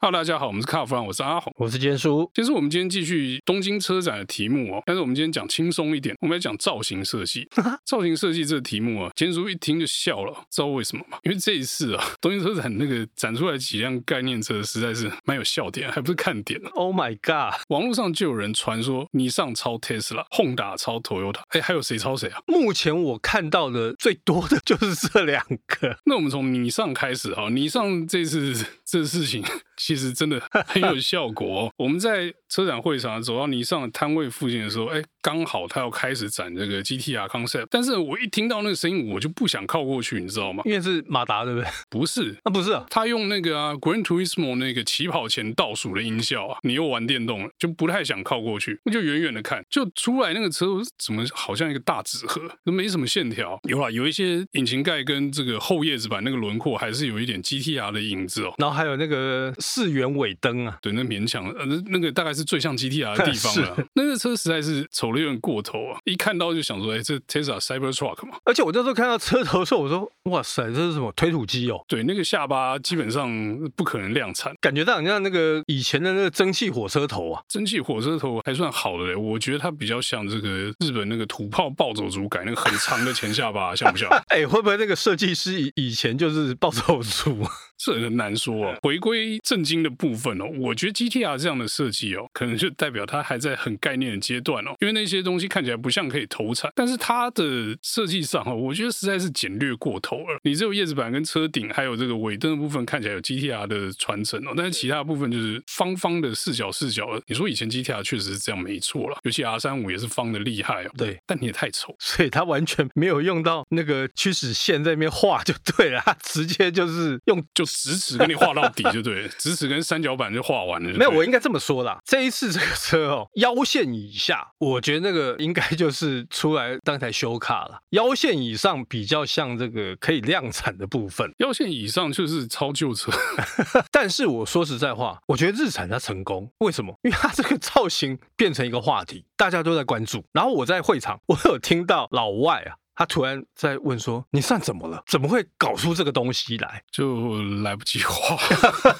Hello，大家好，我们是卡弗朗，我是阿红。我是坚叔，其实我们今天继续东京车展的题目哦，但是我们今天讲轻松一点，我们来讲造型设计。造型设计这个题目啊，简叔一听就笑了，知道为什么吗？因为这一次啊，东京车展那个展出来几辆概念车实在是蛮有笑点，还不是看点啊。 Oh my god！网络上就有人传说，尼桑超 Tesla，轰达超 Toyota，哎，还有谁超谁啊？目前我看到的最多的 就是这两个，那我们从尼桑开始哈，尼桑这次这事情其实真的很有效果、哦。我们在车展会场走到尼桑的摊位附近的时候，哎，刚好他要开始展这个 GTR Concept，但是我一听到那个声音，我就不想靠过去，你知道吗？因为是马达，对 不对？不是。啊，不是啊，他用那个啊 Gran Turismo 那个起跑前倒数的音效啊，你又玩电动了，就不太想靠过去，那就远远的看，就出来那个车怎么好像一个大纸盒，都没什么线条。 有啦，有一些引擎盖跟这个后叶子板那个轮廓还是有一点 GTR 的影子哦。然后还有那个四元尾灯啊，对，那勉强，呃，那那个大概是最像 GTR 的地方是了。 那个车实在是丑的有点过头啊！一看到就想说，哎、这 Tesla Cybertruck 嘛，而且我那时候看到车头的时候，我说哇塞，这是什么推土机哦？对，那个下巴基本上不可能量产。感觉到很像那个以前的那个蒸汽火车头啊，蒸汽火车头还算好的嘞，我觉得它比较像这个日本那个土炮暴走族改那个很长的前下巴，像不像？哎、会不会那个设计师以以前就是暴走族？这很难说嗯哦。回归正经的部分哦，我觉得 GTR 这样的设计哦，可能就代表它还在很概念的阶段哦，因为那些东西看起来不像可以投产，但是它的设计上哦，我觉得实在是简略过头了。你只有叶子板跟车顶还有这个尾灯的部分看起来有 GTR 的传承哦，但是其他部分就是方方的视角视角的。你说以前 GTR 确实是这样没错了，尤其 R 三五也是方的厉害哦， 对，但你也太丑。所以他完全没有用到那个驱使线在那边画就对了，他直接就是用就直尺跟你画到底就对了， 直尺跟三角板就画完了就没对了。有，我应该这么说啦。这一次这个车哦， 腰线以下，我觉得那个应该就是出来当台修卡了。腰线以上比较像这个可以量产的部分。 腰线以上就是超旧车， 但是我说实在话，我觉得日产它成功，为什么？因为它这个造型变成一个话题，大家都在关注。然后我在会场， 我有听到老外啊。他突然在问说：“你算怎么了？怎么会搞出这个东西来？”就来不及画。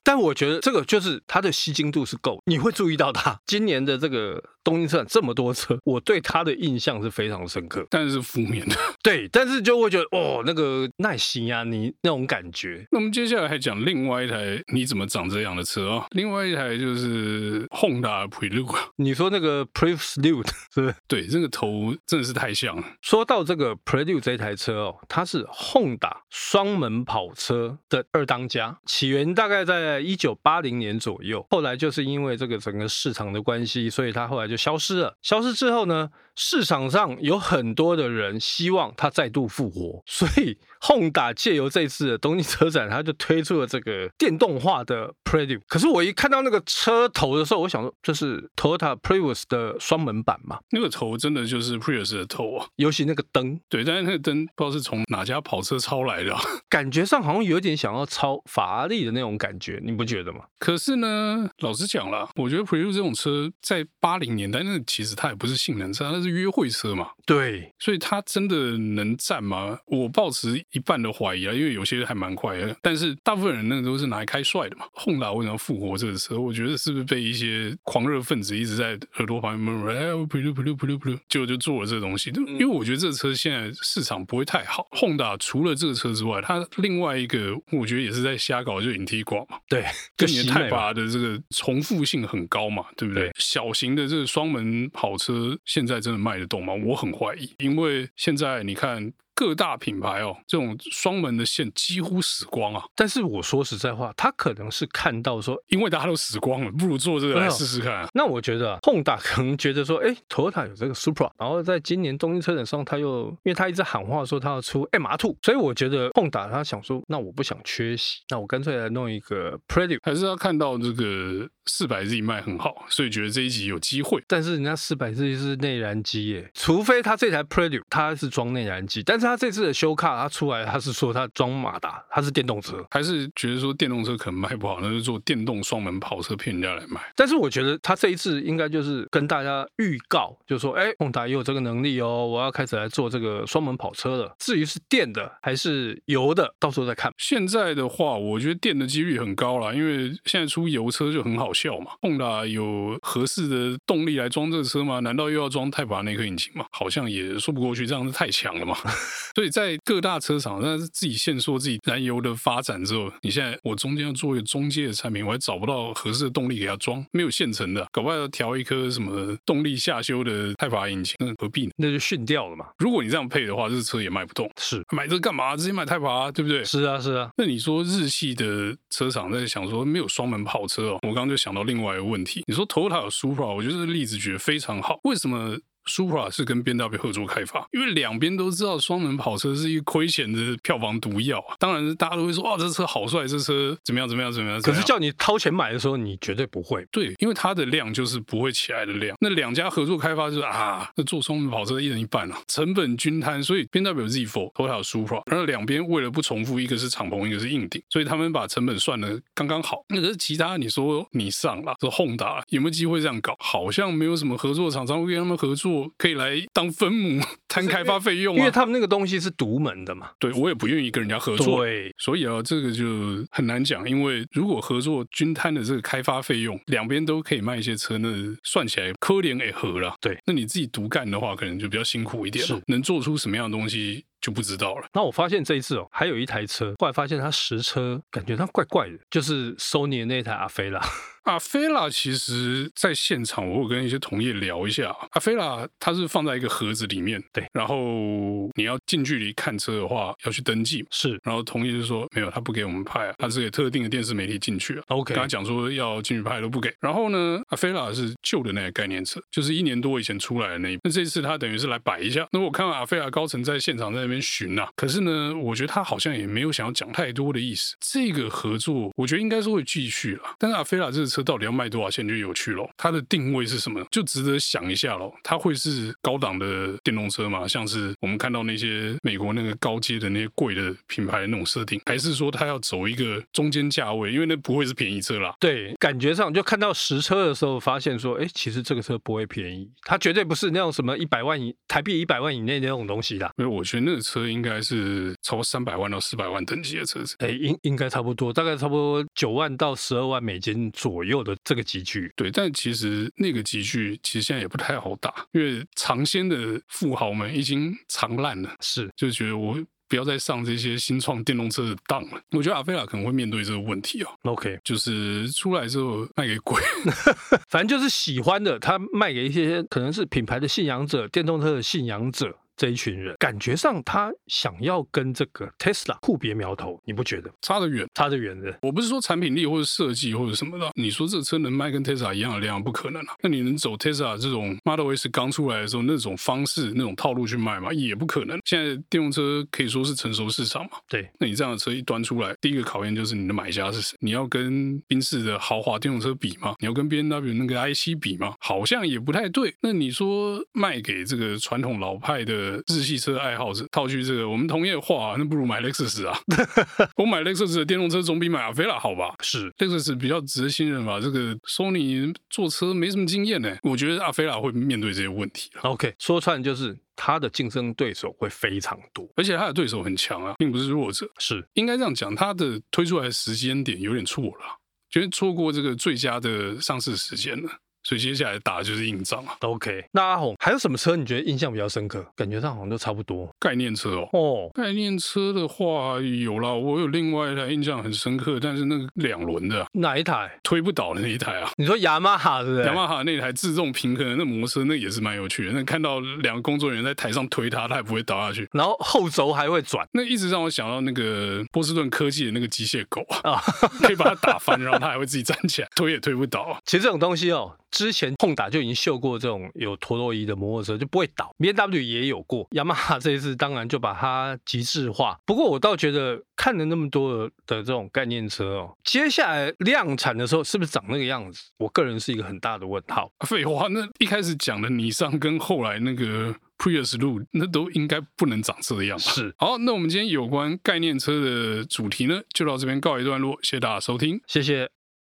但我觉得这个就是它的吸睛度是够，你会注意到它。今年的这个东京车展这么多车，我对它的印象是非常深刻。 但是负面的。 对，但是就会觉得哦，那个耐心啊，你那种感觉。那我们接下来还讲另外一台你怎么长这样的车啊、另外一台就是 Honda Prelude，你说那个 Prelude 是不是？对，这个头真的是太像了。说到这个 Prelude 这台车哦，它是 Honda 双门跑车的二当家，起源大概在一九八零年左右，后来就是因为这个整个市场的关系，所以它后来就消失了。消失之后呢，市场上有很多的人希望它再度复活，所以 Honda 借由这次的东京车展，它就推出了这个电动化的 Prelude。可是我一看到那个车头的时候，我想说这是 Toyota Prius 的双门版嘛，那个头真的就是 Prius 的头啊，尤其那个灯。对，但是那个灯不知道是从哪家跑车抄来的啊、 感觉上好像有点想要抄法拉利的那种感觉，你不觉得吗？可是呢，老实讲啦，我觉得 Prelude 这种车在八零年代，那其实它也不是性能车，它是约会车嘛。对，所以它真的能站吗？我抱持一半的怀疑啊，因为有些还蛮快的，但是大部分人那个都是拿来开帅的嘛。轰达为什么要复活这个车？我觉得是不是被一些狂热分子一直在耳朵旁边 murmur，哎噗噜噗噜噗噜噗噜，结果就做了这东西。因为我觉得这车现在市场不会太好。轰达除了这个车之外，它另外一个我觉得也是在瞎搞，就 Integra 嘛。 对，跟你的泰吧。巴的这个重复性很高嘛，对不对？对小型的这个双门跑车现在真的卖得动吗？我很怀疑，因为现在你看各大品牌哦，这种双门的线几乎死光啊，但是我说实在话，他可能是看到说，因为大家都死光了，不如做这个哎来呦试试看、啊。那我觉得啊 Honda 可能觉得说，哎，Toyota 有这个 Supra，然后在今年东京车展上，他又因为他一直喊话说他要出 M R Two，所以我觉得 Honda 他想说，那我不想缺席，那我干脆来弄一个 Prelude。还是要看到这个四百 Z 卖很好，所以觉得这一集有机会。但是人家四百 Z 是内燃机耶，除非他这台 Prelude 它是装内燃机，但是他这次的修卡，他出来他是说他装马达，他是电动车。还是觉得说电动车可能卖不好，那就做电动双门跑车骗人家来买。但是我觉得他这一次应该就是跟大家预告，就说，哎，宏达也有这个能力哦，我要开始来做这个双门跑车了。至于是电的还是油的，到时候再看。现在的话，我觉得电的几率很高啦，因为现在出油车就很好笑嘛。Honda 有合适的动力来装这个车吗？难道又要装泰巴内克引擎吗？好像也说不过去，这样是太强了嘛。 所以在各大车厂，但是自己限缩自己燃油的发展之后，你现在我中间要做一个中介的产品，我还找不到合适的动力给它装，没有现成的，搞不好要调一颗什么动力下修的泰法引擎，那何必呢？那就训掉了嘛。如果你这样配的话，这车也卖不动，是买这干嘛？直接买泰法、啊，对不对？是啊是啊，那你说日系的车厂在想说没有双门跑车哦，我刚刚就想到另外一个问题。你说 Toyota 有 Supra，我觉得这个例子举得非常好。为什么 Supra 是跟 BMW 合作开发？因为两边都知道双门跑车是一个亏钱的票房毒药啊。当然，大家都会说哇，这车好帅，这车怎么样怎么样怎么样。可是叫叫你掏钱买的时候，你绝对不会。对，因为它的量就是不会起来的量。那两家合作开发就是啊，那做双门跑车一人一半啊，成本均摊，所以 BMW Z4、Toyota Supra，然后两边为了不重复，一个是敞篷，一个是硬顶，所以他们把成本算的刚刚好。那可是其他你说你上啦，说 Honda 啊有没有机会这样搞？好像没有什么合作厂商会跟他们合作，可以来当分母 摊开发费用因为啊。他们那个东西是独门的嘛。对我也不愿意跟人家合作，对，所以啊，这个就很难讲，因为如果合作均摊的这个开发费用，两边都可以卖一些车，那算起来可怜也合了。对，那你自己独干的话，可能就比较辛苦一点了是，能做出什么样的东西就不知道了。那我发现这一次哦，还有一台车，后来发现它实车感觉它怪怪的，就是 Sony 的那台阿菲拉。阿菲拉其实在现场，我有跟一些同业聊一下，啊阿菲拉它是放在一个盒子里面，对然后你要近距离看车的话，要去登记嘛。是然后同业就说没有，他不给我们拍、啊，他是给特定的电视媒体进去啊。 OK，跟他讲说要进去拍都不给。然后呢，阿菲拉是旧的那个概念车，就是一年多以前出来的那一那这一次他等于是来摆一下。那我看到阿菲拉高层在现场在那边巡啊，可是呢，我觉得他好像也没有想要讲太多的意思。这个合作，我觉得应该是会继续啊了。但是阿菲拉这个车到底要卖多少钱就有趣喽。它的定位是什么？就值得想一下喽。它会是高档的电动车吗？像是我们看到那些美国那个高阶的那些贵的品牌的那种设定，还是说它要走一个中间价位？因为那不会是便宜车啦。对，感觉上就看到实车的时候，发现说，哎，其实这个车不会便宜，它绝对不是那种什么一百万以台币一百万以内的那种东西啦。因为我觉得那个车应该是超过三百万到四百万等级的车子。哎，应应该差不多，大概差不多九万到十二万美金左右的这个集聚。对，但其实那个集聚其实现在也不太好打，因为尝鲜的富豪们已经尝烂了，是，就觉得我不要再上这些新创电动车的当了。我觉得阿菲拉可能会面对这个问题哦， OK，就是出来之后卖给鬼， 反正就是喜欢的，他卖给一些可能是品牌的信仰者、电动车的信仰者这一群人，感觉上他想要跟这个 Tesla 互别苗头，你不觉得？差得远。差得远的。我不是说产品力或者设计或者什么的，你说这车能卖跟 Tesla 一样的量，不可能啊。那你能走 Tesla 这种 Model S 刚出来的时候那种方式、那种套路去卖吗？也不可能。现在电动车可以说是成熟市场嘛。对，那你这样的车一端出来，第一个考验就是你的买家是谁？你要跟宾士的豪华电动车比吗？你要跟 B N W 那个 i 7比吗？好像也不太对。那你说卖给这个传统老派的日系车爱好者，套句这个我们同业话、那不如买 Lexus 啊。我买 Lexus 的电动车总比买阿菲拉好吧？是 Lexus 比较值得信任吧？这个 Sony 做车没什么经验呢、我觉得阿菲拉会面对这些问题了。 OK。说穿了就是他的竞争对手会非常多。而且他的对手很强啊，并不是弱者。是，应该这样讲，它的推出来的时间点有点错了啊，就是错过这个最佳的上市时间了，所以接下来打的就是硬仗啊， OK，那阿红还有什么车你觉得印象比较深刻？感觉上好像都差不多概念车哦。哦。概念车的话有啦，我有另外一台印象很深刻，但是那个两轮的啊哪一台？推不倒的那一台啊，你说雅马哈对不对？雅马哈那台自动平衡的那摩托车，那也是蛮有趣的。那看到两个工作人员在台上推它，它也不会倒下去。然后后轴还会转那一直让我想到那个波士顿科技的那个机械狗啊，啊。 可以把它打翻，然后它还会自己站起来，推也推不倒啊。其实这种东西哦，之前碰打就已经秀过这种有陀螺仪的摩托车就不会倒，B M W 也有过，雅马哈这一次当然就把它极致化。不过我倒觉得看了那么多的这种概念车哦，接下来量产的时候是不是长那个样子？我个人是一个很大的问号。废话，那一开始讲的尼桑跟后来那个 Prius 路，那都应该不能长这样吧。是，好，那我们今天有关概念车的主题呢，就到这边告一段落，谢谢大家收听。谢谢。